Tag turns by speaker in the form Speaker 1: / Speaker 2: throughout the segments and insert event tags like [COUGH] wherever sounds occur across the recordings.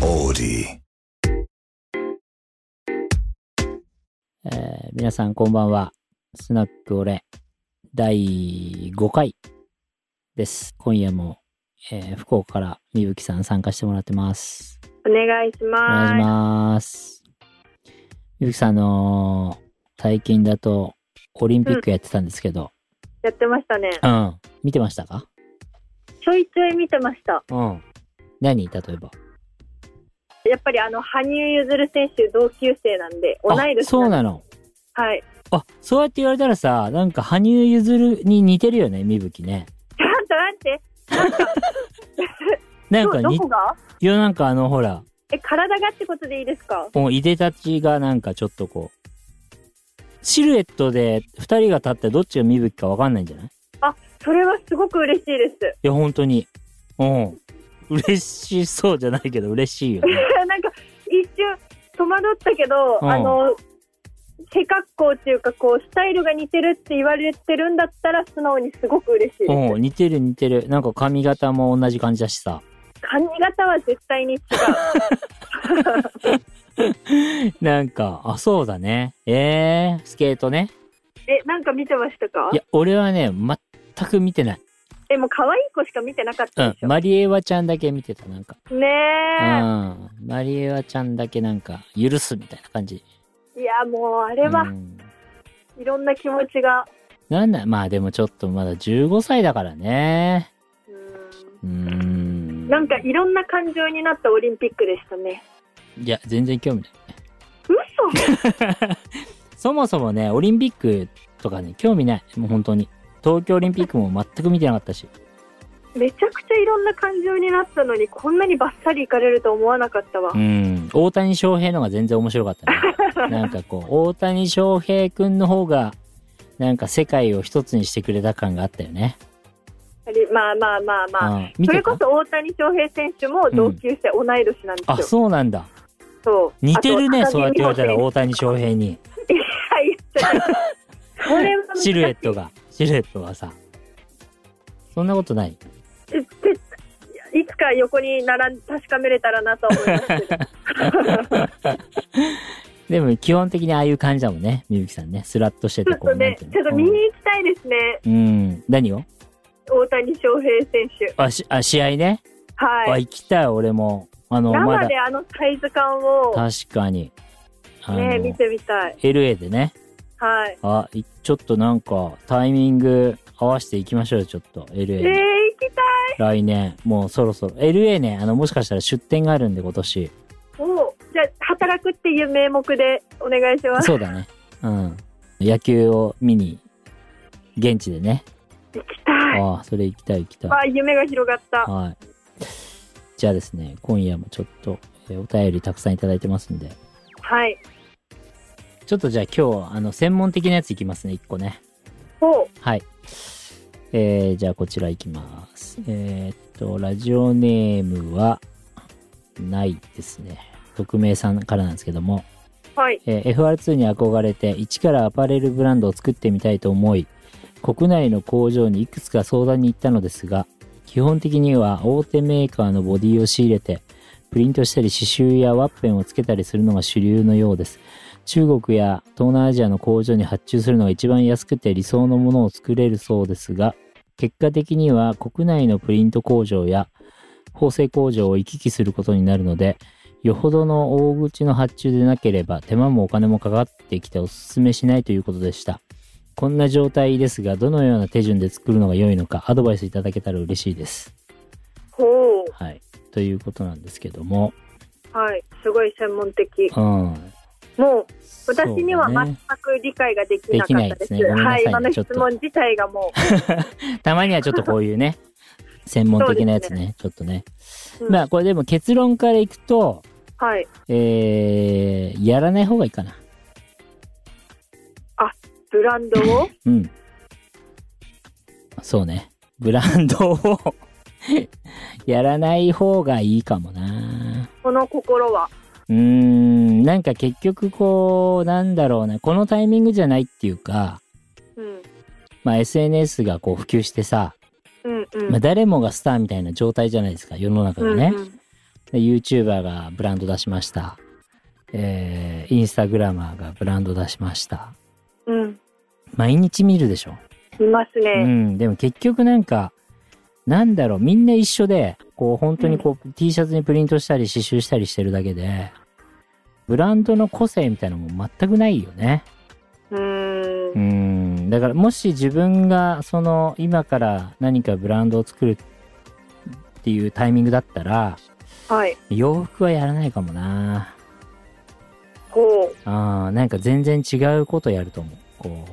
Speaker 1: Woody.
Speaker 2: えー皆さんこんばんは。スナックオレ第5回です。今夜も、えー福岡からみぶきさん参加してもらってます。
Speaker 3: お願いし
Speaker 2: お願いし
Speaker 3: ます。
Speaker 2: ます。みぶきさん、あのー最近だとオリンピックやってたんですけど、
Speaker 3: やってましたね。
Speaker 2: うん。見てましたか
Speaker 3: ちょいちょい見てました。
Speaker 2: うん。何例えば。
Speaker 3: やっぱりあの羽生結弦選手同級生なんで同い
Speaker 2: あ
Speaker 3: 年
Speaker 2: そう
Speaker 3: なんで
Speaker 2: なの。
Speaker 3: はい。
Speaker 2: あ、そうやって言われたらさ、なんか羽生結弦に似てるよね、みぶきね。
Speaker 3: ちょっと待って。
Speaker 2: なんか
Speaker 3: どど
Speaker 2: に
Speaker 3: こ、が？
Speaker 2: いやなんかあのほら、
Speaker 3: え体がってことでいいですか？
Speaker 2: もういでたちがなんかちょっとこう、シルエットで二人が立ってどっちがみぶきかわかんないんじゃないい
Speaker 3: それはすごく嬉しいです。 [LAUGHS]
Speaker 2: や、本当に。うん。嬉しそうじゃないけど嬉しいよね。
Speaker 3: なんか一瞬戸惑ったけど、
Speaker 2: うん
Speaker 3: あの背格好っていうかこうスタイルが似てるって言われてるんだったら素直にすごく嬉しいです。
Speaker 2: うん、似てる似てる。なんか髪型も同じ感じだしさ。
Speaker 3: 髪型は絶対に違う。
Speaker 2: なんか、あ、そうだね。えー、スケートね。
Speaker 3: えなんか見てましたか
Speaker 2: い？や、俺はね、全く見てない。
Speaker 3: えもう可愛い子しか見てなかっ
Speaker 2: う
Speaker 3: た
Speaker 2: ん
Speaker 3: で。しょ。
Speaker 2: マリエワちゃんだけ見てた、なんか。
Speaker 3: ね
Speaker 2: う
Speaker 3: え。
Speaker 2: ん。マリエワちゃんだけなんか、許すみたいな感じ。
Speaker 3: いやもうあ
Speaker 2: う
Speaker 3: れは
Speaker 2: ん
Speaker 3: いろんな気持ちが、
Speaker 2: なんだ、まあでもちょっとまだ15歳だからね。う
Speaker 3: う
Speaker 2: ー
Speaker 3: ん
Speaker 2: ん。
Speaker 3: なんかいろんな感情になったオリンピックでしたね。
Speaker 2: いや、全然興味ない。
Speaker 3: 嘘
Speaker 2: [LAUGHS] そもそもね、オリンピックとかね、興味ない。もう本当に。東京オリンピックも全く見てなかったし。
Speaker 3: めちゃくちゃいろんな感情になったのにこんなにバッサリいかれると思わなかったわ
Speaker 2: う。ん。大谷翔平のが全然面白か
Speaker 3: [LAUGHS]
Speaker 2: ったね。なんかこう、大谷翔平くんの方が、なんか世界を一つにしてくれた感があったよね。
Speaker 3: あれまあまあまあまあ。
Speaker 2: うん。見
Speaker 3: そ
Speaker 2: て
Speaker 3: れ
Speaker 2: た
Speaker 3: こそ大谷翔平選手も同級生、同い年なんですよ。
Speaker 2: あ、そうなんだ。
Speaker 3: そう
Speaker 2: 似てるね、そうやって言われたら
Speaker 3: 大
Speaker 2: 大谷翔平に。 [LAUGHS]
Speaker 3: 谷。いやいやいやこれは難しい
Speaker 2: シルエットが、シルエットがさ。そんなことない
Speaker 3: 絶対いつか横に並ん確かめれたらなと思い
Speaker 2: [LAUGHS]
Speaker 3: ますけど。
Speaker 2: でも基本的にああいう感じだもんね、みゆきさんね。スラッとして
Speaker 3: ち
Speaker 2: て
Speaker 3: ょっ
Speaker 2: こう
Speaker 3: と
Speaker 2: なん
Speaker 3: ね、
Speaker 2: ていうの。
Speaker 3: ちょっと見に行きたいですね。
Speaker 2: うん。うん何を
Speaker 3: 大谷翔平選手。
Speaker 2: あしあ、試合ね。あ、
Speaker 3: はい。
Speaker 2: 行きたい、俺も。あの、ま
Speaker 3: 生
Speaker 2: だ
Speaker 3: で。あのサイズ感を
Speaker 2: 確かに。あの、
Speaker 3: ね、見てみたい。
Speaker 2: LA でね。
Speaker 3: はい。
Speaker 2: あ、いちょっとなんか、タイミング合わせていきましょうよ、ちょっと。
Speaker 3: え
Speaker 2: LA
Speaker 3: ー、
Speaker 2: に、
Speaker 3: 行きたい。
Speaker 2: 来年。もうそろそろ。LA ね、あの、もしかしたら出店があるんで、今年。
Speaker 3: おじゃあ、働くっていう名目でお願いします。
Speaker 2: そうだね。うん。野球を見に、現地でね。
Speaker 3: 行きたい。
Speaker 2: ああ、それ行きたい、行きたい。
Speaker 3: まあ、夢が広がった。
Speaker 2: はい。じゃあですね、今夜もちょっと、えーお便りたくさんいただいてますんで、
Speaker 3: はい。
Speaker 2: ちょっとじゃあ今日、あの、専門的なやついきますね、1個ね。
Speaker 3: お
Speaker 2: はい。えー、じゃあこちらいきます。えーっと、ラジオネームは、ないですね。匿名さんからなんですけども、
Speaker 3: はい。
Speaker 2: えー FR2 に憧れて一からアパレルブランドを作ってみたいと思い国内の工場にいくつか相談に行ったのですが基本的には大手メーカーのボディを仕入れてプリントしたり刺繍やワッペンをつけたりするのが主流のようです中国や東南アジアの工場に発注するのが一番安くて理想のものを作れるそうですが結果的には国内のプリント工場や縫製工場を行き来することになるのでよほどの大口の発注でなければ手間もお金もかかってきておすすめしないということでした。こんな状態ですが、どのような手順で作るのが良いのか、アドバイスいただけたら嬉しいです。
Speaker 3: ほ
Speaker 2: はい。ということなんですけども。
Speaker 3: う。はい。すごい専門的。
Speaker 2: うん。
Speaker 3: もう、
Speaker 2: そうだ
Speaker 3: 私
Speaker 2: ね
Speaker 3: には全く理解ができなか
Speaker 2: で
Speaker 3: ったです。
Speaker 2: きないですねごめんなさ
Speaker 3: はいい。
Speaker 2: ね
Speaker 3: 今の
Speaker 2: ちょっ
Speaker 3: 質
Speaker 2: と
Speaker 3: 問自体がも
Speaker 2: たまにはちょっとこういう
Speaker 3: [LAUGHS]
Speaker 2: ね、専門的なやつね、ちょっとね。
Speaker 3: う。うん
Speaker 2: まあ、これでも結論からいくと、
Speaker 3: はい。
Speaker 2: えー、やらない方がいいかな。
Speaker 3: ブランドを
Speaker 2: うん。そうね。ブランドを [LAUGHS] やらない方がいいかもな。
Speaker 3: この心は。
Speaker 2: うーん、なんか結局こう、なんだろうね、このタイミングじゃないっていうか、
Speaker 3: うん。
Speaker 2: まあ SNS がこう普及してさ、
Speaker 3: うんうん。
Speaker 2: まあ誰もがスターみたいな状態じゃないですか、世の中
Speaker 3: う
Speaker 2: が
Speaker 3: ん
Speaker 2: ね。
Speaker 3: うん
Speaker 2: で YouTuber がブランド出しました。えー、インスタグラマーがブランド出しました。
Speaker 3: うん。
Speaker 2: 毎日見るでしょ。
Speaker 3: います
Speaker 2: う
Speaker 3: ね。
Speaker 2: ん。でも結局なんか、なんだろう、みんな一緒で、こう本当にこう、T シャツにプリントしたり刺繍したりしてるだけで、ブランドの個性みたいなのも全くないよね。
Speaker 3: うー。
Speaker 2: うんん。だからもし自分がその今から何かブランドを作るっていうタイミングだったら、
Speaker 3: はい。
Speaker 2: 洋服はやらないかもな。
Speaker 3: こ
Speaker 2: ああ、なんか全然違うことやると思う。こ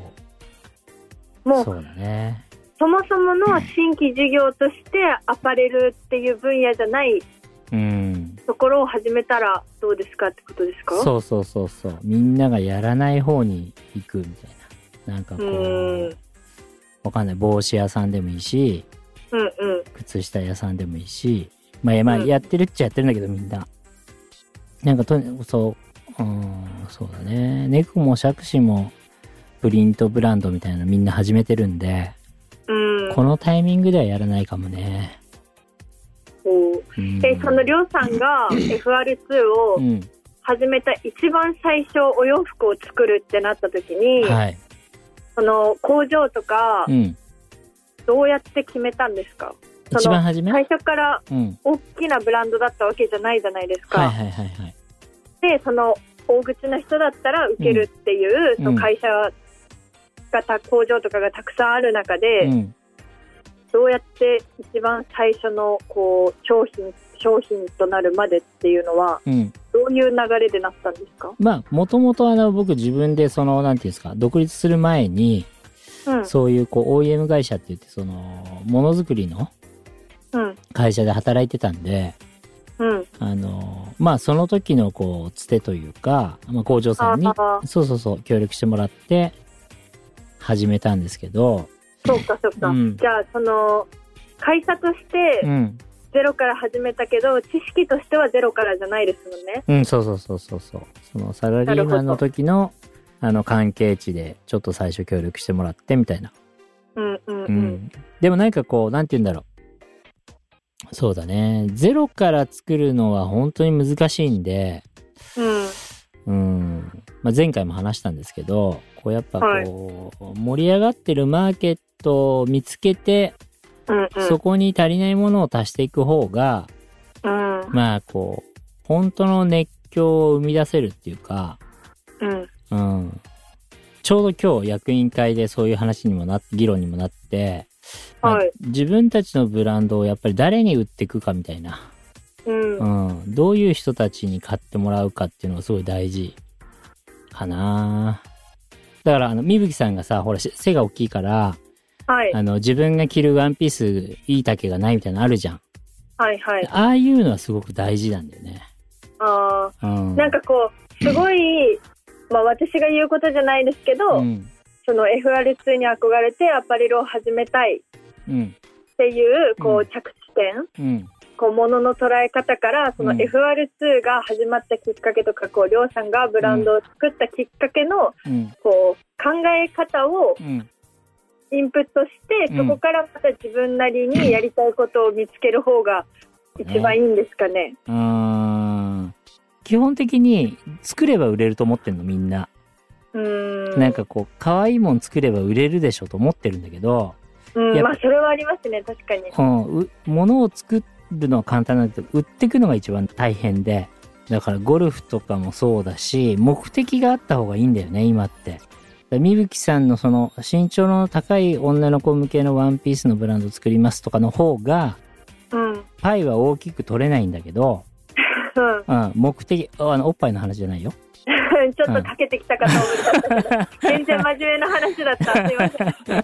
Speaker 2: う、
Speaker 3: う。もう、
Speaker 2: そうだね。
Speaker 3: そもそもの新規事業としてアパレルっていう分野じゃない
Speaker 2: うん。
Speaker 3: ところを始めたらどうですかってことですか
Speaker 2: そうそうそうそう。みんながやらない方に行くみたいな。なんかこ
Speaker 3: うー、
Speaker 2: うんわかんない。帽子屋さんでもいいし、
Speaker 3: うんうん。
Speaker 2: 靴下屋さんでもいいし、まあ、いやまあ、
Speaker 3: うん
Speaker 2: やってるっちゃやってるんだけど、みんな。なんかとに、そう、うーん、そうだね。猫も杓子も、プリントブランドみたいなのみんな始めてるんで、
Speaker 3: うん。
Speaker 2: このタイミングではやらないかもね。
Speaker 3: こう
Speaker 2: うん
Speaker 3: え、そのりょうさんが FR2
Speaker 2: う
Speaker 3: を
Speaker 2: ん。
Speaker 3: 始めた一番最初お洋服を作るってなった時に、
Speaker 2: はい。
Speaker 3: その工場とか
Speaker 2: うん。
Speaker 3: どうやって決めたんですかその
Speaker 2: 一番初め、
Speaker 3: 最初から
Speaker 2: うん。
Speaker 3: 大きなブランドだったわけじゃないじゃないですか。
Speaker 2: はいはいはいはい。
Speaker 3: でその大口の人だったら受けるっていう、
Speaker 2: うん
Speaker 3: その会社がた工場とかがたくさんある中で、
Speaker 2: うん。
Speaker 3: どうやって一番最初のこう商品商品となるまでっていうのは
Speaker 2: うん。
Speaker 3: どういう流れでなったんですか、
Speaker 2: まあ、もともとあの、僕自分でその、なんていうんですか、独立する前に、
Speaker 3: うん
Speaker 2: そういうこう、OEM 会社って言って、その、ものづくりの
Speaker 3: うん
Speaker 2: 会社で働いてたんで、
Speaker 3: うん、
Speaker 2: あの、まあ、その時のこう、つてというか、まあ、工場さ
Speaker 3: あ
Speaker 2: んに、
Speaker 3: あ
Speaker 2: そうそうそう、協力してもらって、始めたんですけど、
Speaker 3: そうかそうか、
Speaker 2: うん
Speaker 3: じゃあその会社として
Speaker 2: うん。
Speaker 3: ゼロから始めたけど、知識としてはゼロからじゃないですもんね
Speaker 2: うん、そうそうそうそうそう。そのサラリーマンの時の、あの、関係値で、ちょっと最初協力してもらって、みたいな。
Speaker 3: うんうんう
Speaker 2: うんん。でもなんかこう、なんて言うんだろう。そうだね。ゼロから作るのは本当に難しいんで、
Speaker 3: うん
Speaker 2: うん。まあ、前回も話したんですけど、こうやっぱこう、盛り上がってるマーケットを見つけて、
Speaker 3: うん
Speaker 2: そこに足りないものを足していく方が、
Speaker 3: うん
Speaker 2: まあこう、本当の熱狂を生み出せるっていうか、
Speaker 3: うん
Speaker 2: うん。ちょうど今日役員会でそういう話にもな、議論にもなって、まあ
Speaker 3: はい
Speaker 2: 自分たちのブランドをやっぱり誰に売っていくかみたいな、
Speaker 3: うん
Speaker 2: うん。どういう人たちに買ってもらうかっていうのがすごい大事かなだから、あの、みぶきさんがさ、ほら、せ背が大きいから、
Speaker 3: はい
Speaker 2: あの、自分が着るワンピース、いい丈がないみたいなのあるじゃん。
Speaker 3: はいはい
Speaker 2: ああいうのはすごく大事なんだよね。
Speaker 3: あ
Speaker 2: うん。
Speaker 3: ーなんかこうすごい、まあ、私が言うことじゃないですけ
Speaker 2: う
Speaker 3: ど、
Speaker 2: ん。
Speaker 3: その FR2 に憧れてアパレルを始めたいっ
Speaker 2: うん。
Speaker 3: ていうこ
Speaker 2: う
Speaker 3: うん着地点、
Speaker 2: うん。
Speaker 3: こうものの捉え方からその
Speaker 2: うん
Speaker 3: FR2 が始まったきっかけとかこうりょうさんがブランドを作ったきっかけの
Speaker 2: うん。
Speaker 3: こう考え方を
Speaker 2: うん。
Speaker 3: インプットして、
Speaker 2: うん
Speaker 3: そこからまた自分なりにやりたいことを見つける方が一番いいんですかね。
Speaker 2: うーん基本的に作れば売れると思ってんのみんな、
Speaker 3: うーん
Speaker 2: なんかこう可愛いもん作れば売れるでしょと思ってるんだけど、
Speaker 3: うん
Speaker 2: やっぱ
Speaker 3: まあそれはありますね確かに。
Speaker 2: うん、う物を作るのは簡単なんだけど売ってくのが一番大変でだからゴルフとかもそうだし目的があった方がいいんだよね今って。だからみぶきさんのその身長の高い女の子向けのワンピースのブランド作りますとかの方が
Speaker 3: うん、うん、
Speaker 2: パイは大きく取れないんだけど、うん、目的あのおっぱいの話じゃないよ
Speaker 3: ちょっとかけてきたかと思っちゃったけど、全然真面目な話だった。すいません。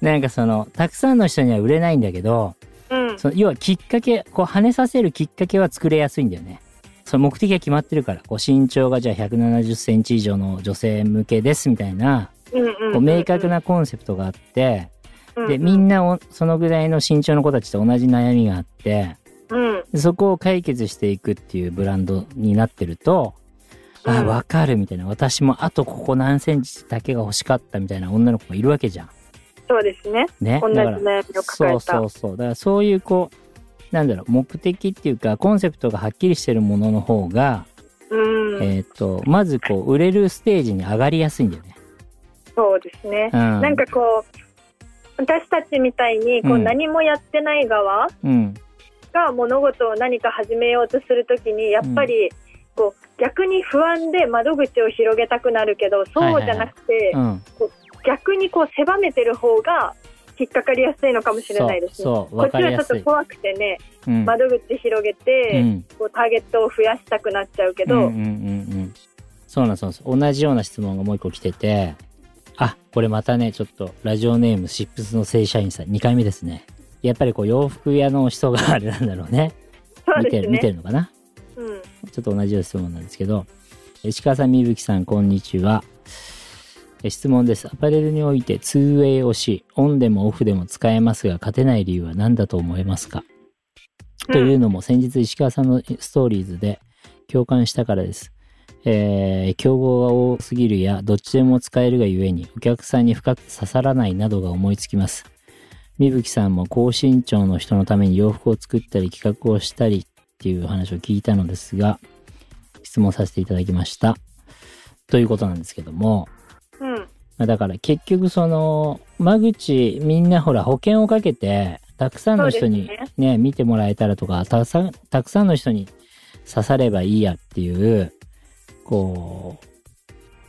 Speaker 2: なんかそのたくさんの人には売れないんだけど
Speaker 3: うん、
Speaker 2: その要はきっかけこう跳ねさせるきっかけは作れやすいんだよねその目的が決まってるからこう身長がじゃあ1 7 0センチ以上の女性向けですみたいな
Speaker 3: うん、うん、
Speaker 2: こう明確なコンセプトがあって
Speaker 3: うん。
Speaker 2: でみんなおそのぐらいの身長の子たちと同じ悩みがあって
Speaker 3: うん、
Speaker 2: でそこを解決していくっていうブランドになってるとあ
Speaker 3: うん
Speaker 2: わかるみたいな私もあとここ何センチだけが欲しかったみたいな女の子もいるわけじゃん
Speaker 3: そうですね。
Speaker 2: ね
Speaker 3: 同じ
Speaker 2: だから
Speaker 3: 悩みを抱え
Speaker 2: そう
Speaker 3: た
Speaker 2: そうそうだからそういうこうなんだろう、目的っていうか、コンセプトがはっきりしてるものの方が、
Speaker 3: うん、
Speaker 2: えっ、と、まずこう、売れるステージに上がりやすいんだよね。
Speaker 3: そうですね、
Speaker 2: うん
Speaker 3: なんかこう私たちみたいにこ
Speaker 2: う
Speaker 3: うん何もやってない側
Speaker 2: うん。
Speaker 3: が物事を何か始めようとするときにやっぱりこう逆に不安で窓口を広げたくなるけどそうじゃなくて
Speaker 2: うん。
Speaker 3: 逆にこう狭めてる方が引っかかりやすいのかもしれないですね。
Speaker 2: そう、そう、
Speaker 3: こ
Speaker 2: わ
Speaker 3: っち
Speaker 2: かり
Speaker 3: は
Speaker 2: や
Speaker 3: ちょ
Speaker 2: す
Speaker 3: っと
Speaker 2: い。
Speaker 3: 怖くてね、
Speaker 2: うん。
Speaker 3: 窓口広げて、
Speaker 2: うん
Speaker 3: こうターゲットを増やしたくなっちゃうけど、
Speaker 2: うんうんうんうん。そうなんですそうなんです。同じような質問がもう一個来てて、あ、これまたね、ちょっと、ラジオネーム、シップスの正社員さん、2回目ですね。やっぱりこう、洋服屋の人があれなんだろうね。
Speaker 3: そう
Speaker 2: 見て
Speaker 3: です
Speaker 2: る、見て
Speaker 3: ね。
Speaker 2: るのかな
Speaker 3: うん
Speaker 2: ちょっと同じような質問なんですけど、石川さん、みぶきさん、こんにちは。え質問です。アパレルにおいて 2way 推し、オンでもオフでも使えますが、勝てない理由は何だと思いますかというのも先日石川さんのストーリーズで共感したからです。えー競合が多すぎるやどっちでも使えるがゆえにお客さんに深く刺さらないなどが思いつきます。みぶきさんも高身長の人のために洋服を作ったり企画をしたりっていう話を聞いたのですが質問させていただきました。ということなんですけども、
Speaker 3: うん
Speaker 2: まあだから結局その間口みんなほら保険をかけてたくさんの人に
Speaker 3: そうで
Speaker 2: ね見てもらえたらとかたくさんたくさんの人に刺さればいいやっていうこう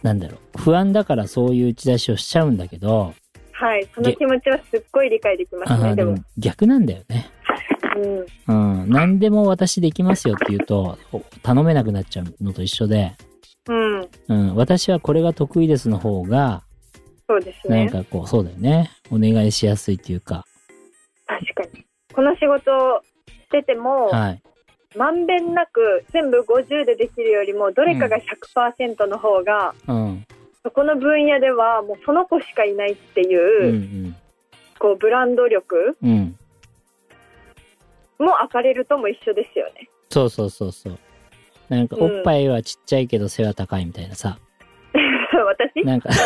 Speaker 2: なんだろう不安だからそういう打ち出しをしちゃうんだけど、
Speaker 3: はい、その気持ちはすっごい理解できます
Speaker 2: あ
Speaker 3: ね、
Speaker 2: ー
Speaker 3: で
Speaker 2: で
Speaker 3: も
Speaker 2: も。逆なんだよね。
Speaker 3: うん
Speaker 2: うん、何でも私できますよって言うとお頼めなくなっちゃうのと一緒で、
Speaker 3: うん、
Speaker 2: うん、私はこれが得意ですの方が
Speaker 3: そうです
Speaker 2: なん
Speaker 3: ね。
Speaker 2: かこうそうだよねお願いしやすいっていうか
Speaker 3: 確かに。この仕事してても、
Speaker 2: はい。
Speaker 3: まんべんなく全部50でできるよりも、どれかが100%の方が、
Speaker 2: うん
Speaker 3: そこの分野ではもうその子しかいないって
Speaker 2: う
Speaker 3: いう、
Speaker 2: ん
Speaker 3: こうブランド力
Speaker 2: うんうん
Speaker 3: もアパレルとも一緒ですよね。 [LAUGHS]
Speaker 2: そうそうそうそうなんか
Speaker 3: うん
Speaker 2: おっぱいはちっちゃいけど背は高いみたいなさ、
Speaker 3: 私
Speaker 2: なんか
Speaker 3: [LAUGHS]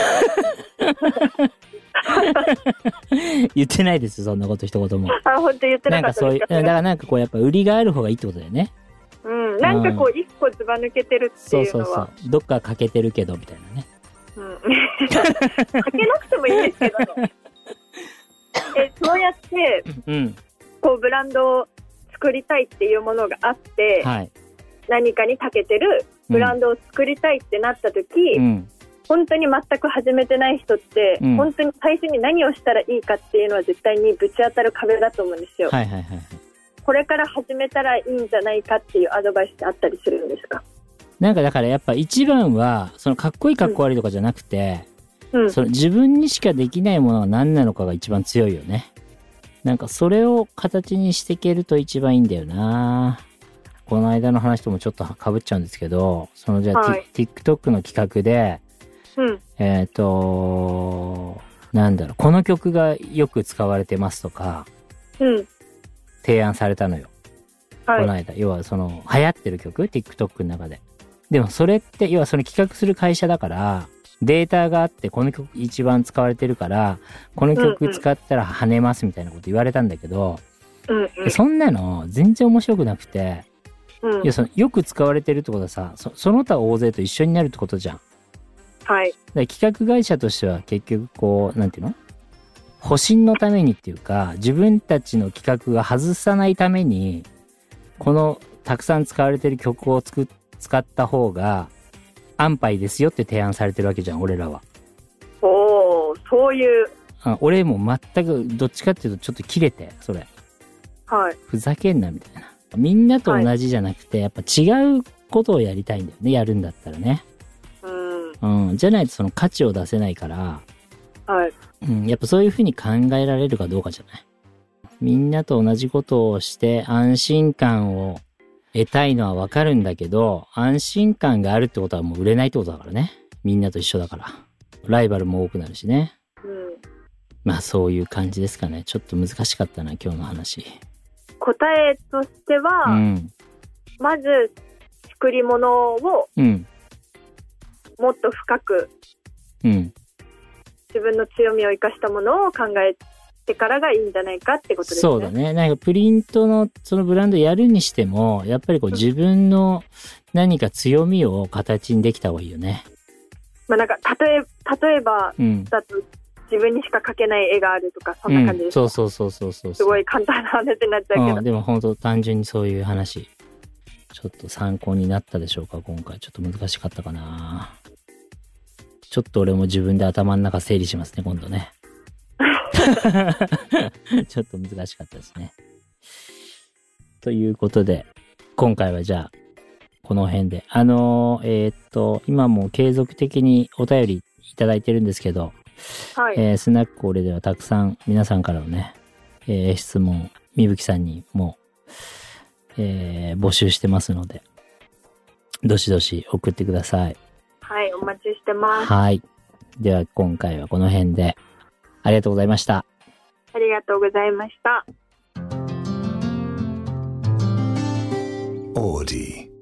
Speaker 2: 言ってないですそんなこと一言も
Speaker 3: あ本当言って
Speaker 2: な
Speaker 3: なんか
Speaker 2: か
Speaker 3: った
Speaker 2: そう
Speaker 3: で
Speaker 2: い
Speaker 3: す
Speaker 2: うだからなんかこうやっぱ売りがある方がいいってことだよね
Speaker 3: うん、なんかこう一個ずば抜けてるって
Speaker 2: そ
Speaker 3: いうう
Speaker 2: そ
Speaker 3: の
Speaker 2: うそ
Speaker 3: は
Speaker 2: うどっか欠けてるけどみたいなね
Speaker 3: うん [LAUGHS] かけなくてもいいですけどえそうやって
Speaker 2: うん
Speaker 3: こうブランドを作りたいっていうものがあって、
Speaker 2: はい
Speaker 3: 何かに長けてるブランドを作りたいってなった時、
Speaker 2: うん
Speaker 3: 本当に全く始めてない人って、
Speaker 2: うん
Speaker 3: 本当に最初に何をしたらいいかっていうのは絶対にぶち当たる壁だと思うんですよ、
Speaker 2: はいはいはいはい
Speaker 3: これから始めたらいいんじゃないかっていうアドバイスってあったりするんですか、
Speaker 2: なんかだからやっぱ一番はそのかっこいいかっこ悪いとかじゃなくて、
Speaker 3: [LAUGHS] うん、
Speaker 2: その自分にしかできないものは何なのかが一番強いよね。なんかそれを形にしていけると一番いいんだよな。この間の話ともちょっとかぶっちゃうんですけど、そのじゃあ、
Speaker 3: はい
Speaker 2: Tik- TikTok の企画で、
Speaker 3: うん、
Speaker 2: えっ、と、なんだろう、この曲がよく使われてますとか、
Speaker 3: うん、
Speaker 2: 提案されたのよ。
Speaker 3: は
Speaker 2: こ
Speaker 3: い
Speaker 2: の間。要はその、流行ってる曲 ?TikTok の中で。でもそれって、要はその企画する会社だから、データがあって、この曲一番使われてるから、この
Speaker 3: うん
Speaker 2: 曲
Speaker 3: うん
Speaker 2: 使ったら跳ねますみたいなこと言われたんだけど、
Speaker 3: うんうん
Speaker 2: そんなの全然面白くなくて、
Speaker 3: うん
Speaker 2: いやそのよく使われてるってことはさそ、その他大勢と一緒になるってことじゃん。だか
Speaker 3: はい
Speaker 2: ら企画会社としては結局こう、なんていうの保身のためにっていうか、自分たちの企画が外さないために、このたくさん使われてる曲を作っ使った方が安牌ですよって提案されてるわけじゃん俺らは
Speaker 3: おおそういう
Speaker 2: あ俺も全くどっちかっていうとちょっと切れてそれ
Speaker 3: はい
Speaker 2: ふざけんなみたいなみんなと同じじゃなくて、やっぱ違うことをやりたいんだよねやるんだったらね、
Speaker 3: うん
Speaker 2: うん、じゃないとその価値を出せないから、
Speaker 3: はい
Speaker 2: うん、やっぱそういうふうに考えられるかどうかじゃないみんなと同じことをして安心感を得たいのはわかるんだけど安心感があるってことはもう売れないってことだからねみんなと一緒だからライバルも多くなるしね
Speaker 3: うん
Speaker 2: まあそういう感じですかねちょっと難しかったな今日の話
Speaker 3: 答えとしては、
Speaker 2: うん
Speaker 3: まず作り物を
Speaker 2: うん
Speaker 3: もっと深く
Speaker 2: うん
Speaker 3: 自分の強みを生かしたものを考えってからがいいんじゃないかってことですね。
Speaker 2: そうだね。なんかプリントのそのブランドやるにしても、やっぱりこう自分の何か強みを形にできた方がいいよね。
Speaker 3: まあなんか例え例えば
Speaker 2: うん。
Speaker 3: だと自分にしか描けない絵があるとかそんな感じ
Speaker 2: うん
Speaker 3: です。
Speaker 2: そうそうそうそうそうそう。
Speaker 3: すごい簡単な話になっちゃうけど、
Speaker 2: うん、でも本当単純にそういう話。ちょっと参考になったでしょうか今回。ちょっと難しかったかな。ちょっと俺も自分で頭の中整理しますね、今度
Speaker 3: [LAUGHS]
Speaker 2: ね。ちょっと難しかったですね。ということで、今回はじゃあ、この辺で。あのーえーっと、今も継続的にお便りいただいてるんですけど、
Speaker 3: はい、
Speaker 2: えースナックオレではたくさん皆さんからのね、えー質問、みぶきさんにも、えー募集してますので、どしどし送ってください。
Speaker 3: はい、お待ちしてます。
Speaker 2: はい。では今回はこの辺で、ありがとうございました。
Speaker 3: ありがとうございました。
Speaker 1: Audi.